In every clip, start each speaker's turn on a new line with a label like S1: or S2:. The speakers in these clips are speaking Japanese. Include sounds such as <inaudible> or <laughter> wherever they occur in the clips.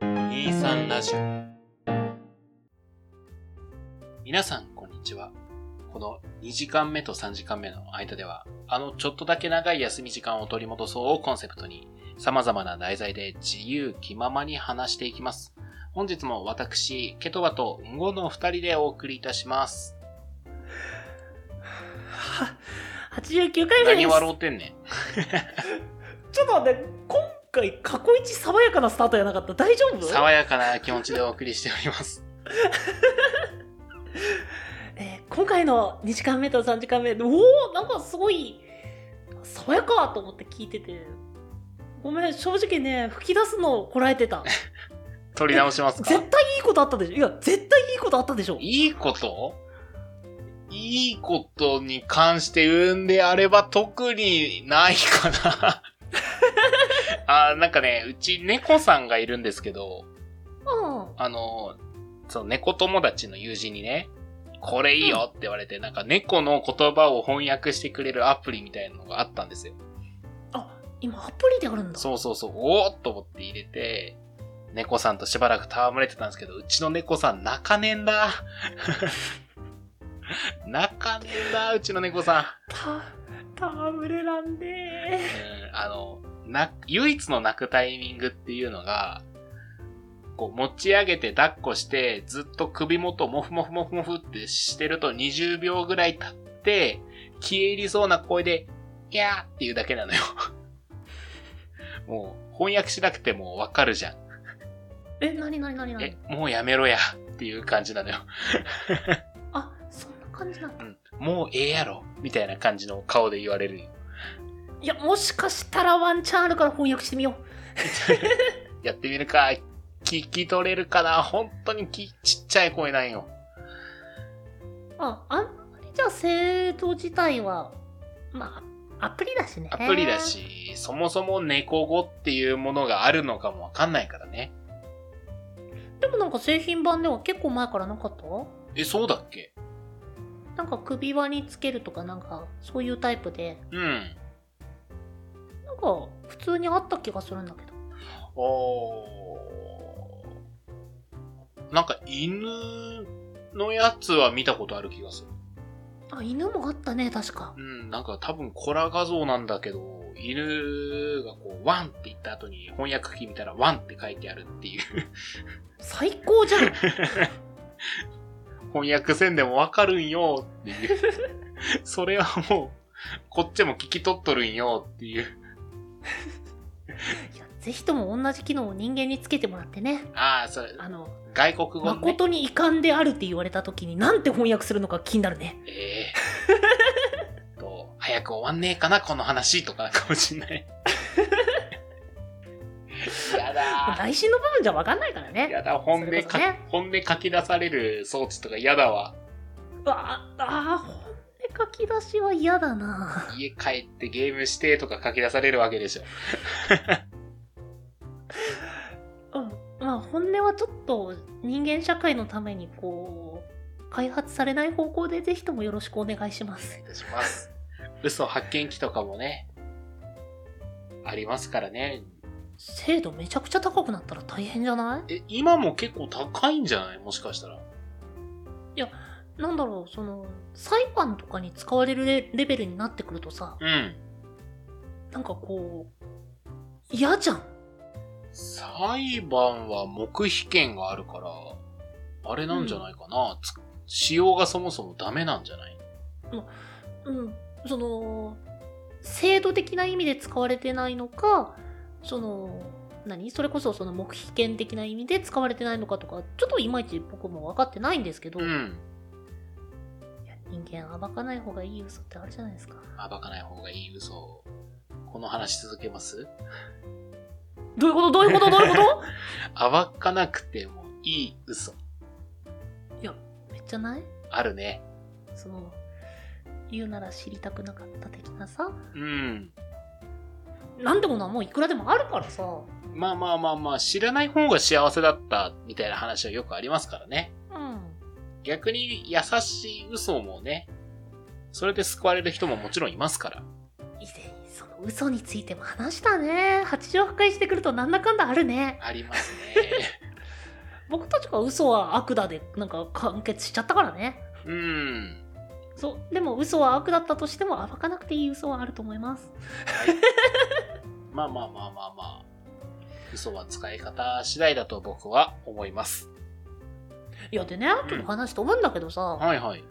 S1: 23ラジオ皆さんこんにちはこの2時間目と3時間目の間ではあのちょっとだけ長い休み時間を取り戻そうをコンセプトに様々な題材で自由気ままに話していきます本日も私ケトバとンゴの2人でお送りいたします
S2: は89回目
S1: 何
S2: です
S1: 笑うてんねん
S2: ちょっと待って今回過去一爽やかなスタートやなかった大丈夫
S1: 爽やかな気持ちでお送りしております
S2: えー今回の2時間目と3時間目おおなんかすごい爽やかと思って聞いててごめん正直ね吹き出すのをこらえ
S1: <laughs>
S2: てた
S1: 撮り直しますか
S2: 絶対いいことあったでしょいや絶対いいことあったでしょ
S1: いいこといいことに関して言うんであれば特にないかな。あーなんかね、うち猫さんがいるんですけど、
S2: うん
S1: あの、その猫友達の友人にね、これいいよって言われて、なんか猫の言葉を翻訳してくれるアプリみたいなのがあったんですよ。
S2: あ今アプリであるんだ
S1: そうそうそう、おおっと思って入れて、猫さんとしばらく戯れてたんですけど、うちの猫さん泣かねえんだ。 <laughs> 泣かねえんだ、うちの猫さん。
S2: た戯れらんで
S1: うん、あの、な、唯一の泣くタイミングっていうのが、こう持ち上げて抱っこして、ずっと首元をモフモフモフモフってしてると20秒ぐらい経って、消え入りそうな声で、いやーっていうだけなのよ。 <laughs> もう、翻訳しなくてもわかるじゃん。
S2: えなになになにな
S1: え
S2: に、
S1: もうやめろやっていう感じなのよ。 <laughs>
S2: あそんな感じなんだ
S1: うん。もうええやろみたいな感じの顔で言われるよ。
S2: いやもしかしたらワンチャンあるから翻訳してみよう
S1: やってみるか聞き取れるかな本当にきちっちゃい声なんよ。
S2: あ、あんまりじゃあ制度自体は、まあ、アプリだしね。
S1: アプリだ。し、そもそも猫語っていうものがあるのかもわかんないからね。
S2: でもなんか製品版では結構前からなかった
S1: え、そうだっけ
S2: なんか首輪につけるとかなんかそういうタイプで、
S1: うん。
S2: なんか普通にあった気がするんだけど。
S1: おー。なんか犬のやつは見たことある気がする。
S2: あ、犬もあったね、確か
S1: う。ん、なんか多分コラ画像なんだけど、犬がこう、ワンって言った後に翻訳機見たらワンって書いてあるっていう。 <laughs>
S2: 最高じゃん
S1: 翻訳せんでもわかるんよっていう。 <laughs> それはもう、こっちも聞き取っとるんよっていう。
S2: いや、ぜひとも同じ機能を人間につけてもらってね。
S1: ああ、それ、
S2: あの、
S1: 外国語ね。
S2: 誠に遺憾であるって言われた時になんて翻訳するのか気になるね。
S1: ええ <laughs> と、早く終わんねえかな、この話とかかもしんない。 <laughs> やだ
S2: 内心の部分じゃわかんないから
S1: ー。
S2: ね。
S1: やだ、本音
S2: そ
S1: か、
S2: れこそね
S1: 本音書き出される装置とかやだわ。
S2: うわあ、あー本音書き出しは嫌だな。
S1: 家帰ってゲームしてとか書き出されるわけでしょ。
S2: うん、まあ本音はちょっと人間社会のためにこう開発されない方向でぜひともよろしくお願いします
S1: お願いいたします。嘘発見器とかもね、ありますからね。
S2: 精度めちゃくちゃ高くなったら大変じゃな
S1: え、今も結構高いんじゃないもしかしたら。
S2: いなんだろうその裁判とかに使われるレレベルになってくるとさ
S1: うん。
S2: なんかこう嫌じゃん
S1: 裁判は黙秘権があるから、あれなんじゃないかな、つ使用がそもそもダメなんじゃない
S2: うんその制度的な意味で使われてないのかその何それこそその黙秘権的な意味で使われてないのかとかちょっといまいち僕も分かってないんですけど、
S1: うん。
S2: いや人間暴かない方がいい嘘ってあるじゃないですか
S1: 暴かない方がいい嘘を。この話続けます
S2: どういうことどういうことどういうこ
S1: 暴かなくてもいい嘘。
S2: といや <laughs> めっちゃない
S1: あるね。
S2: その言うなら知りたくなかった的なさ
S1: うん。
S2: なんでもなもういくらでもあるからさ
S1: まあまあまあまあ、知らない方が幸せだったみたいな話はよくありますからね。
S2: うん
S1: 逆に優しい嘘もね、それで救われる人ももちろんいますから。
S2: 以前その嘘についても話したね八畳破壊してくるとなんだかんだあるね
S1: <laughs> ありますね。
S2: 僕たちが嘘は悪だでなんか完結しちゃったからね
S1: うん。
S2: そうでも嘘は悪だったとしても暴かなくていい嘘はあると思います
S1: はい。まあまあまあまあまあ。嘘は使い方次第だと僕は思います。
S2: いやでねちょっと話飛ぶんだけどさ、
S1: はいはい。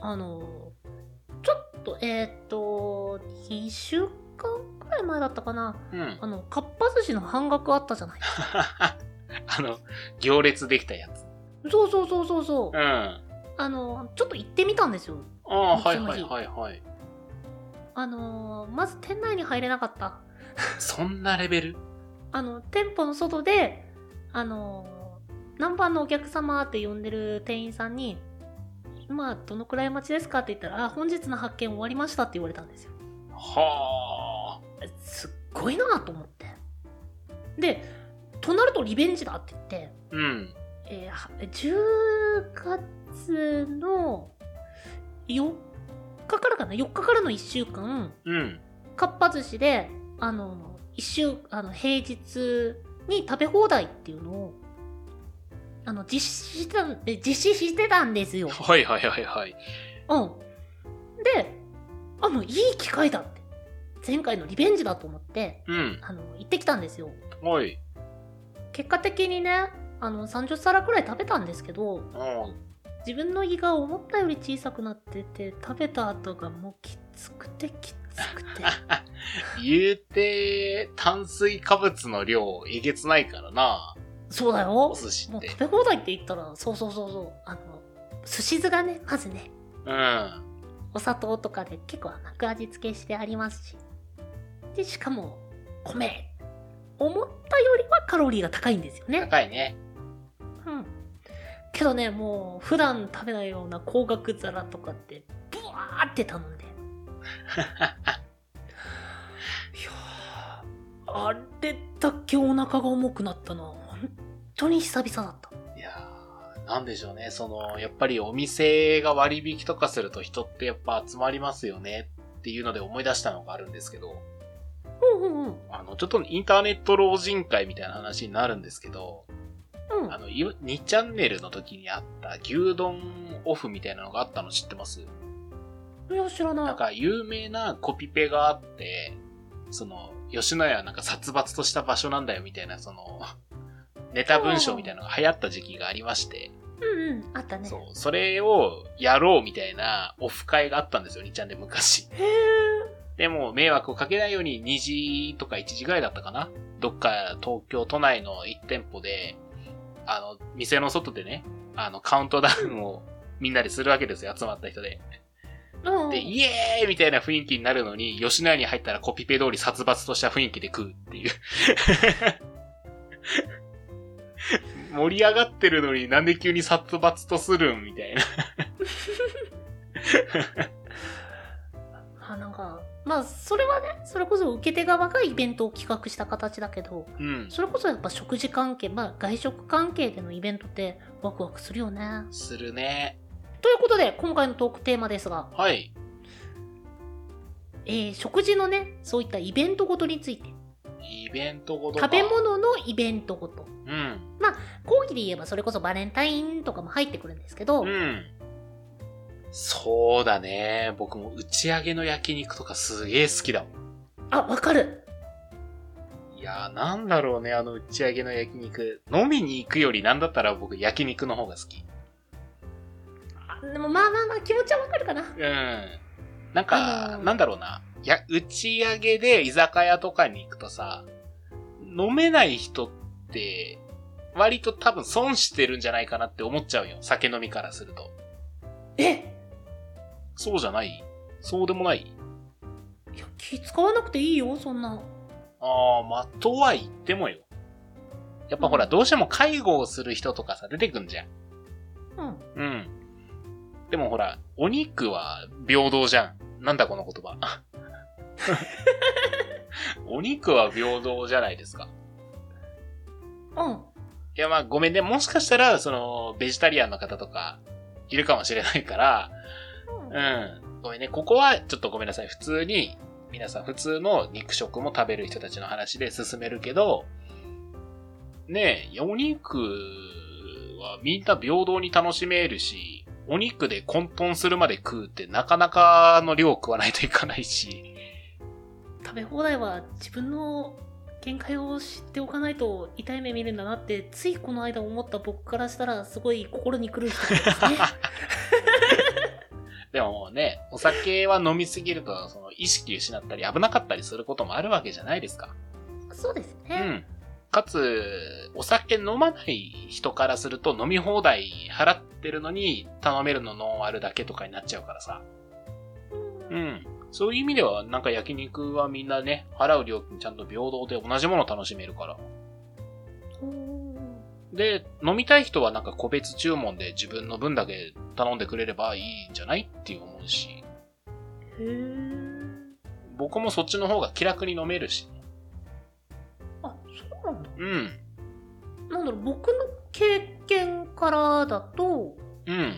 S2: あのちょっとえーっと2週間くらい前だったかな
S1: うん。 <laughs>
S2: あのかっぱ寿司の半額あったじゃない
S1: あの、行列できたやつ。
S2: そうそうそうそうそう、
S1: うん。あ
S2: あのちょっと行ってみたんですよ
S1: あー、は
S2: そ
S1: い
S2: の
S1: はい
S2: 日
S1: はいはい。
S2: あのまず店内に入れなかった
S1: そんなレベル
S2: あの店舗の外であの何番のお客様って呼んでる店員さんに今どのくらい待ちですかって言ったらあ本日の発見終わりましたって言われたんですよ
S1: は
S2: すっごいなと思ってでとなるとリベンジだって言って
S1: あ。うん。
S2: えーは10月の4日からかな4日からの1週間
S1: うん。
S2: かっぱ寿司であの一週あの平日に食べ放題っていうのをあの実施してたんで実施してたんですよ。
S1: はいはいはいはい。
S2: うん、であもういい機会だって前回のリベンジだと思って
S1: うん。
S2: あの行ってきたんですよ。
S1: おい。
S2: 結果的にねあの30皿くらい食べたんですけど
S1: おう
S2: 自分の胃が思ったより小さくなってて食べた後がもうきつくてきつ
S1: <laughs>
S2: くて
S1: 言うて、炭水化物の量、えげつないからな。
S2: そうだよ
S1: お寿司
S2: も
S1: っ
S2: う
S1: て。
S2: 食べ放題って言ったらそうそうそうそうあの寿司酢がねまずね
S1: うん。
S2: お砂糖とかで結構甘く味付けしてありますしでしかも米思ったよりはカロリーが高いんですよね
S1: 高いね。
S2: うんけどねもう普段食べないような高額皿とかってブワーって頼 <laughs> んでいやーあれだけお腹が重くなったのは本当に久々だった
S1: いやー、なんでしょうね。その、やっぱりお店が割引とかすると人ってやっぱ集まりますよねっていうので思い出したのがあるんですけど、
S2: うんうんうん
S1: あの、ちょっとインターネット老人会みたいな話になるんですけど、
S2: うん
S1: あの、い2チャンネルの時にあった牛丼オフみたいなのがあったの知ってます
S2: いや知らない
S1: なんか有名なコピペがあって、その、吉野家はなんか殺伐とした場所なんだよみたいな、その、 <laughs> ネタ文章みたいなのが流行った時期がありまして、
S2: うんうんあったね
S1: そう、それをやろうみたいなオフ会があったんですよ、2ちゃんで昔。
S2: へえ
S1: でも、迷惑をかけないように2時とか1時ぐらいだったかなどっか東京都内の1店舗で、あの、店の外でね、あの、カウントダウンをみんなでするわけですよ、集まった人で。
S2: うん
S1: で、イエーイみたいな雰囲気になるのに、吉野家に入ったらコピペ通り殺伐とした雰囲気で食うっていう。 <laughs> 盛り上がってるのになんで急に殺伐とするんみたいな。
S2: あなんかまあそれはねそれこそ受け手側がイベントを企画した形だけど
S1: うん。
S2: それこそやっぱ食事関係、まあ、外食関係でのイベントってワクワクするよね。
S1: するね。
S2: ということで今回のトークテーマですが、
S1: はい。
S2: えー食事のねそういったイベントごとについて
S1: イベントごとか
S2: 食べ物のイベントごと
S1: うん。
S2: 講義で言えばそれこそバレンタインとかも入ってくるんですけど、
S1: うん。そうだね。僕も打ち上げの焼肉とかすげえ好きだも
S2: あわかる
S1: ん。いやー、なんだろうね、あの打ち上げの焼肉。飲みに行くよりなんだったら僕焼肉の方が好き。
S2: あでもまあまあまあ気持ちはわかるかな
S1: うん。なんか、
S2: あのー
S1: なんだろうな。いや、打ち上げで居酒屋とかに行くとさ、飲めない人って、割と多分損してるんじゃないかなって思っちゃうよ。酒飲みからすると。
S2: え
S1: そうじゃないそうでもない
S2: いや気使わなくていいよそんな
S1: ああ、まあ、とは言ってもよ。やっぱほら、
S2: うん
S1: どうしても介護をする人とかさ、出てくんじゃん。
S2: うん
S1: うん。でもほら、お肉は平等じゃん。なんだこの言葉。お肉は平等じゃないですか。
S2: うん
S1: いやまあごめんね。もしかしたら、その、ベジタリアンの方とか、いるかもしれないから、うん。ごめんね。ここはちょっとごめんなさい。普通に、皆さん普通の肉食も食べる人たちの話で進めるけど、ねえ、お肉はみんな平等に楽しめるし、お肉で混沌するまで食うってなかなかの量食わないといかないし、 <laughs>
S2: 食べ放題は自分の限界を知っておかないと痛い目見るんだなってついこの間思った僕からしたらすごい心にくる人
S1: <laughs>
S2: ですね
S1: でももうね、お酒は飲みすぎると、その意識失ったり危なかったりすることもあるわけじゃないですか。
S2: そうです
S1: う
S2: ね、
S1: ん。かつ、お酒飲まない人からすると飲み放題払ってるのに頼めるのノンアルだけとかになっちゃうからさ。うん。そういう意味では、なんか焼肉はみんなね、払う料金ちゃんと平等で同じものを楽しめるから。
S2: うん
S1: で、飲みたい人はなんか個別注文で自分の分だけ頼んでくれればいいんじゃないって思うし、
S2: へえ
S1: 僕もそっちの方が気楽に飲めるしね。
S2: あそうなんだ
S1: うん。
S2: なんだろう僕の経験からだと
S1: うん。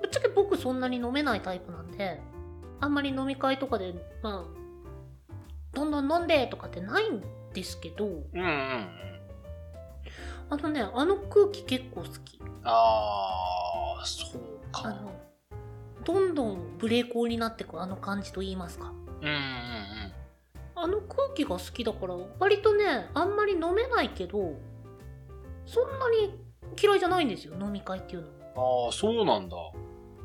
S2: ぶっちゃけ僕そんなに飲めないタイプなんであんまり飲み会とかでまあどんどん飲んでとかってないんですけど
S1: うんうんうん。
S2: あのねあの空気結構好き
S1: あー、そう
S2: あ
S1: か。
S2: のどんどん無礼講になってくあの感じと言いますか
S1: うんうんうん。
S2: あの空気が好きだから割とねあんまり飲めないけどそんなに嫌いじゃないんですよ飲み会っていうの
S1: あー、そうなんだ。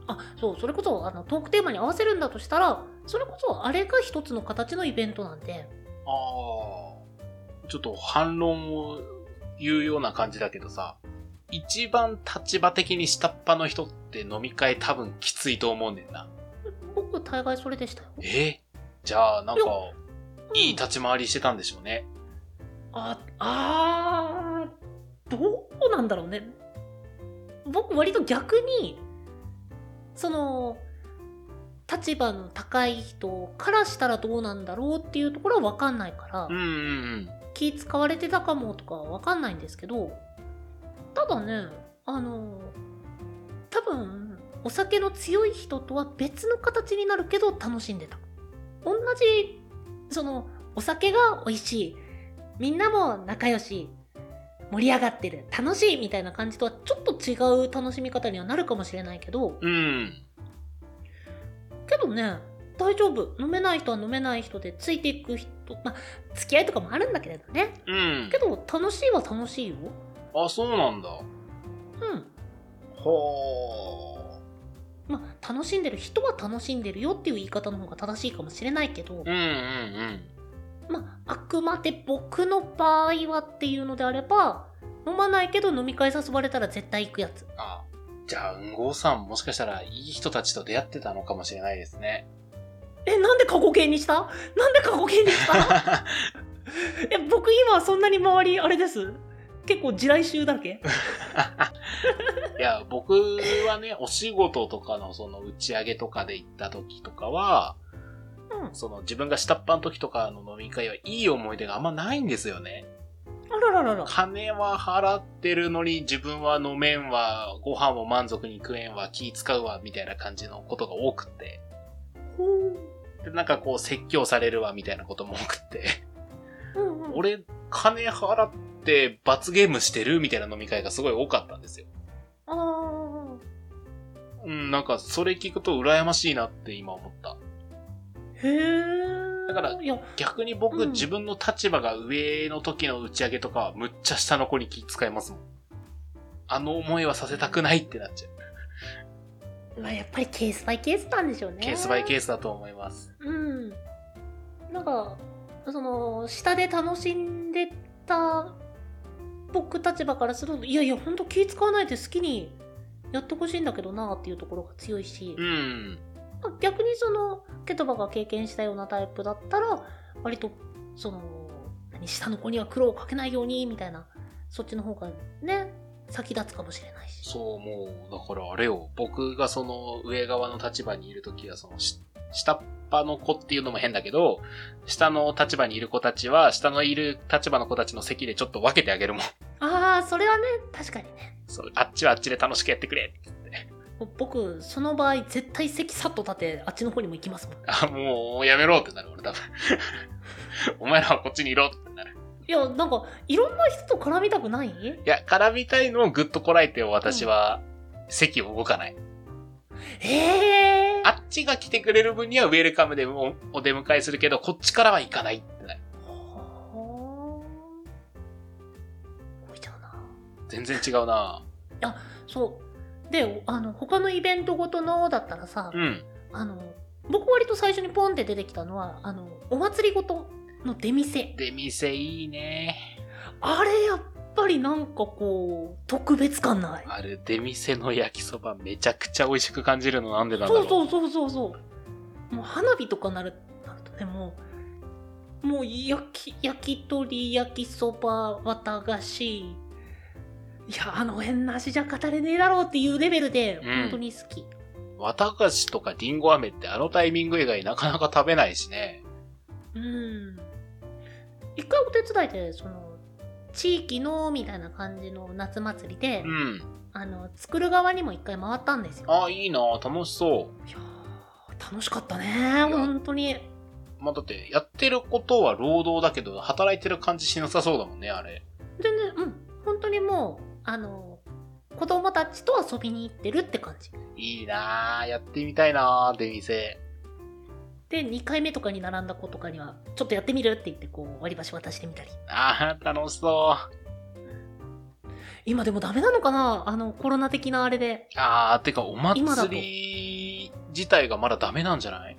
S2: あそうそれこそあのトークテーマに合わせるんだとしたらそれこそあれが一つの形のイベントなんで
S1: ああ、ちょっと反論を言うような感じだけどさ、一番立場的に下っ端の人って飲み会多分きついと思うねんな。
S2: 僕大概それでしたよ
S1: えじゃあなんか
S2: いや、
S1: いい立ち回りしてたんでしょうね。
S2: ああーどうなんだろうね僕割と逆にその立場の高い人からしたらどうなんだろうっていうところは分かんないから、
S1: うんうん
S2: 気使われてたかもとかは分かんないんですけどただねあの多分お酒の強い人とは別の形になるけど楽しんでた同じそのお酒が美味しいみんなも仲良し盛り上がってる楽しいみたいな感じとはちょっと違う楽しみ方にはなるかもしれないけど
S1: うん。うん。
S2: けどね大丈夫飲めない人は飲めない人でついていく人まあ付き合いとかもあるんだけれどね
S1: うん
S2: け。ど楽しいは楽しいよ
S1: あ、そうなんだ。
S2: うん
S1: ほー。
S2: まあ楽しんでる人は楽しんでるよっていう言い方の方が正しいかもしれないけど、
S1: うんうんうん。
S2: まああくまで僕の場合はっていうのであれば飲まないけど飲み会誘われたら絶対行くやつ
S1: あ、じゃあ、うんごうさんもしかしたらいい人たちと出会ってたのかもしれないですね。
S2: えなんで過去形にしたなんで過去形にした
S1: <laughs>
S2: え僕今そんなに周りあれです結構地雷集だらけ
S1: いや、僕はね、お仕事とかのその打ち上げとかで行った時とかは、
S2: うん
S1: その自分が下っ端の時とかの飲み会はいい思い出があんまないんですよね。
S2: あらららら
S1: 金は払ってるのに自分は飲めんわ、ご飯も満足に食えんわ、気使うわ、みたいな感じのことが多くって。
S2: ほう
S1: で、なんかこう説教されるわ、みたいなことも多くって。
S2: うんうん
S1: 俺、金払って罰ゲームしてるみたいな飲み会がすごい多かったんですよ。
S2: あー
S1: うん、なんかそれ聞くと羨ましいなって今思った。
S2: へえ
S1: だから
S2: いや
S1: 逆に僕、
S2: うん
S1: 自分の立場が上の時の打ち上げとかはむっちゃ下の子に気使いますもん。あの思いはさせたくないってなっちゃう。
S2: まあやっぱりケースバイケースなんでしょうね
S1: ケースバイケースだと思います。
S2: うん、なんかその下で楽しんでた僕立場からするといやいやほんと気使わないで好きにやってほしいんだけどなっていうところが強いし、
S1: うん。
S2: まあ逆にそのケトバが経験したようなタイプだったら割とその何下の子には苦労をかけないようにみたいなそっちの方がね先立つかもしれないし。
S1: そう、もう、だからあれよ、僕がその上側の立場にいる時は、そのし下っ端の子っていうのも変だけど、下の立場にいる子たちは、下のいる立場の子たちの席でちょっと分けてあげるもん。 <laughs>
S2: ああそれはね確かにね。
S1: そう、あっちはあっちで楽しくやってくれ。
S2: 僕その場合絶対席さっと立てあっちの方にも行きますもん
S1: <laughs> あ、もうやめろってなる、俺多分。お前らはこっちにいろってなる。
S2: いや、なんか、いろんな人と絡みたくない
S1: いや、絡みたいのをぐっとこらえて私は席を動かない。
S2: ええ
S1: あっちが来てくれる分にはウェルカムでおお出迎えするけど、こっちからは行かないってなる
S2: はあ。動いちゃうな。
S1: 全然違うな
S2: そう。で、あの、他のイベントごとのだったらさ、
S1: うん。
S2: あの、僕割と最初にポンって出てきたのは、あの、お祭りごとの出店。
S1: 出店いいね。
S2: あれ、やっぱりなんかこう、特別感ない。
S1: あれ、出店の焼きそばめちゃくちゃ美味しく感じるのなんでなんだろ。
S2: そううそうそうそうそう。もう花火とかなる、なるとね、もう、もう焼き、焼き鳥、焼きそば、綿菓子。いや、あの辺なしじゃ語れねえだろうっていうレベルで、
S1: うん
S2: 本当に好き。
S1: 綿菓子とかリンゴ飴ってあのタイミング以外なかなか食べないしね。
S2: うん。一回お手伝いで、その、地域の、みたいな感じの夏祭りで、
S1: うん。
S2: あの、作る側にも一回回ったんですよ。
S1: あ、いいな楽しそう。
S2: いやー楽しかったね、本当に。
S1: まあ、だって、やってることは労働だけど、働いてる感じしなさそうだもんね、あれ。
S2: 全然、うん、本当にもう、あの、子供たちと遊びに行ってるって感じ。
S1: いいなぁ、やってみたいなぁ、出店。
S2: で、2回目とかに並んだ子とかには、ちょっとやってみるって言って、こう、割り箸渡してみたり。
S1: あー、楽しそう。
S2: 今でもダメなのかなあの、コロナ的なあれで。
S1: あー、てか、お
S2: 今だと
S1: 祭り自体がまだダメなんじゃない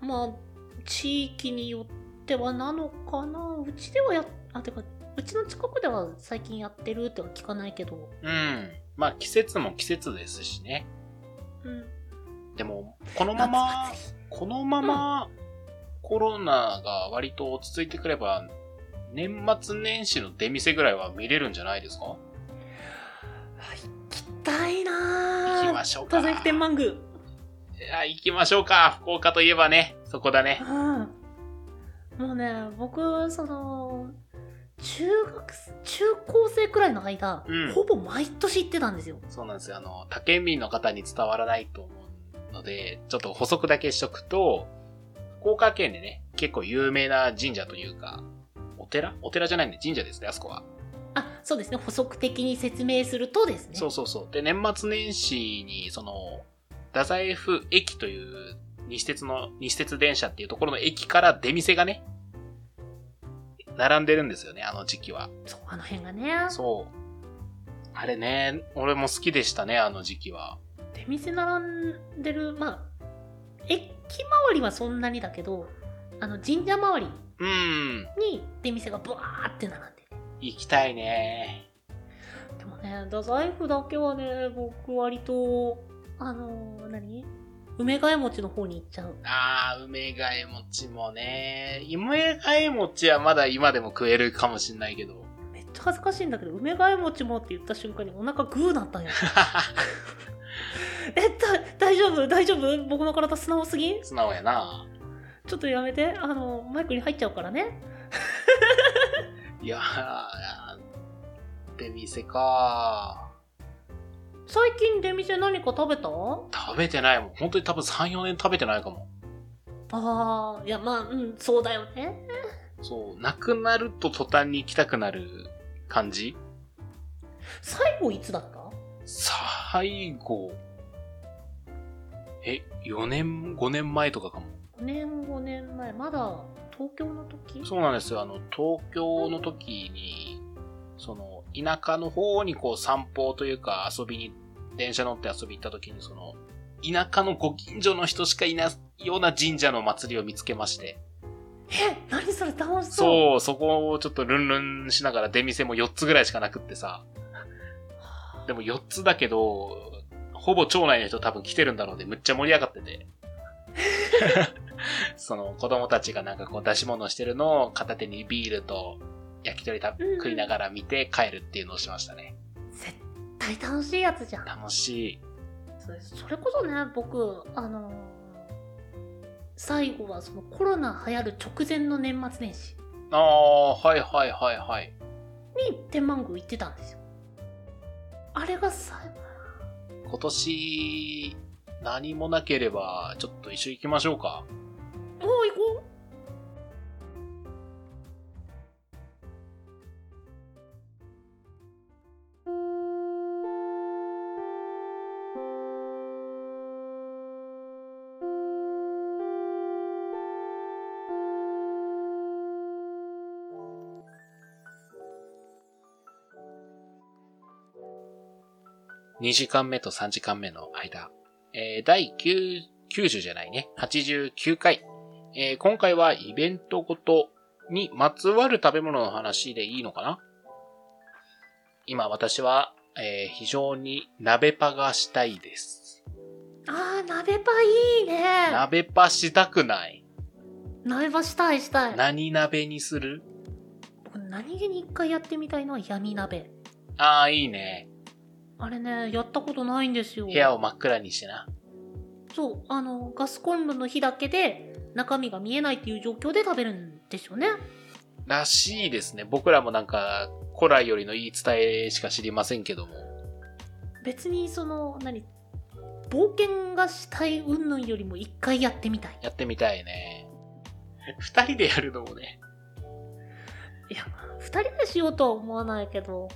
S2: まあ、地域によってはなのかなうちではやっ、あ、てか、うちの近くでは最近やってるっては聞かないけど。
S1: うん。まあ、季節も季節ですしね。
S2: うん。
S1: でも、このまま
S2: 夏、祭
S1: このまま、コロナが割と落ち着いてくれば、年末年始の出店ぐらいは見れるんじゃないですか
S2: り行きたいな
S1: 行き
S2: ぁ。
S1: ましょうか。
S2: 太宰府天満宮。
S1: いや、行きましょうか。福岡といえばね、そこだね。
S2: うんもうね僕その中学生中高生くらいの間、
S1: うん
S2: ほぼ毎年行ってたんですよ
S1: そうなんですよ。あの、他県民の方に伝わらないと思うので、ちょっと補足だけしとくと、福岡県でね、結構有名な神社というか、お寺お寺じゃないんで神社ですね、あそこは。
S2: あそうですね補足的に説明するとですね
S1: そうそうそう。で、年末年始に、その、太宰府駅という、西鉄の、西鉄電車っていうところの駅から出店がね、並んでるんですよね、あの時期は。
S2: そうあの辺がね
S1: そう。あれね、俺も好きでしたね、あの時期は。
S2: 出店並んでるまあ駅周りはそんなにだけどあの神社周り
S1: うん。
S2: に出店がブワーって並んで
S1: 行きたいね。
S2: でもね太宰府だけはね僕割とあの何梅ヶ谷餅の方に行っちゃう
S1: あー、梅ヶえ餅もね。梅ヶえ餅はまだ今でも食えるかもしんないけど。
S2: めっちゃ恥ずかしいんだけど、梅ヶえ餅もって言った瞬間にお腹グーな <laughs> ったんや。え、だ、大丈夫大丈夫僕の体素直すぎん
S1: 素直やな。
S2: ちょっとやめて。あの、マイクに入っちゃうからね。
S1: いやー、出店か
S2: 最近出店何か食べたあ
S1: 食べてないもん。本当に多分3、4年食べてないかも。
S2: あー、いや、まあ、うん、そうだよね。
S1: そう、なくなると途端に行きたくなる感じ
S2: 最後いつだった
S1: 最後。え、4年、5年前とかかも。
S2: ?5 年、5年前。まだ、東京の時
S1: そうなんですよ。あの、東京の時に、その、田舎の方にこう散歩というか遊びに、電車乗って遊びに行った時に、その、田舎のご近所の人しかいないような神社の祭りを見つけまして。
S2: え、何それ楽し
S1: そ
S2: そう。
S1: う、そこをちょっとルンルンしながら出店も4つぐらいしかなくってさ。でも4つだけど、ほぼ町内の人多分来てるんだろうで、むっちゃ盛り上がって
S2: <laughs>
S1: て。その子供たちがなんかこう出し物してるのを片手にビールと焼き鳥た
S2: うんうん
S1: 食いながら見て帰るっていうのをしましたね。
S2: 絶対楽しいやつじゃん。
S1: 楽しい。
S2: それそれこそね僕あのー最後はそのコロナ流行る直前の年末年始
S1: ああ、はいはいはいはい。
S2: に天満宮行ってたんですよあれが最後
S1: 今年何もなければちょっと一緒行きましょうか。
S2: もう行こう
S1: 2時間目と3時間目の間、えー第9 90じゃないね、89回、えー今回はイベントごとにまつわる食べ物の話でいいのかな今私は、えー非常に鍋パがしたいです。
S2: あー、鍋パいいね。
S1: 鍋パしたくない
S2: 鍋パしたいしたい。
S1: 何鍋にする
S2: 僕何気に一回やってみたいのは闇鍋。
S1: ああ、いいね。
S2: あれね、やったことないんですよ。
S1: 部屋を真っ暗にしてな。
S2: そう、あの、ガスコンロの火だけで中身が見えないっていう状況で食べるんでしょうね。
S1: らしいですね。僕らもなんか、古来よりの言い伝えしか知りませんけども。
S2: 別にその、何、冒険がしたい云々よりも一回やってみたい。
S1: やってみたいね。二人でやるのもね。
S2: いや、二人でしようとは思わないけど。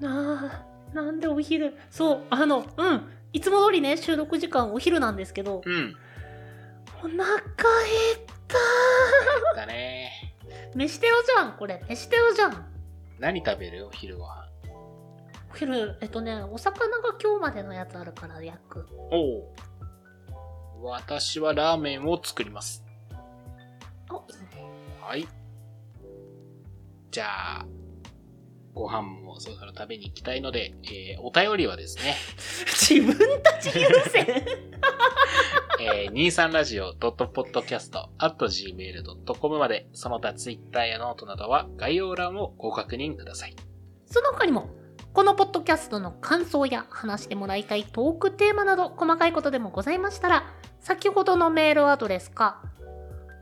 S2: なあ、なんでお昼、そう、あの、うん、いつも通りね、収録時間お昼なんですけど、
S1: うん。
S2: お腹減った
S1: だね。
S2: 飯テロじゃん、これ。飯テロじゃん。
S1: 何食べるお昼ご飯。
S2: お昼、えっとね、お魚が今日までのやつあるから焼く。
S1: おう。私はラーメンを作ります。
S2: あ、いいね。
S1: はい。じゃあ、ご飯もそろそろ食べに行きたいので、えーお便りはです <laughs> ね、
S2: 自分たち優先
S1: えー、23radio.podcast.gmail.com まで、その他ツイッターやノートなどは概要欄をご確認ください。
S2: その他にも、このポッドキャストの感想や話してもらいたいトークテーマなど細かいことでもございましたら、先ほどのメールアドレスか、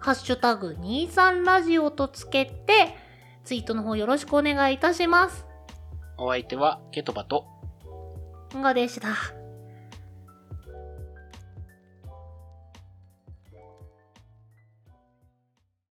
S2: ハッシュタグ23ラジオとつけて、ツイートの方よろしくお願いいたします。
S1: お相手はケトバと
S2: んがでした。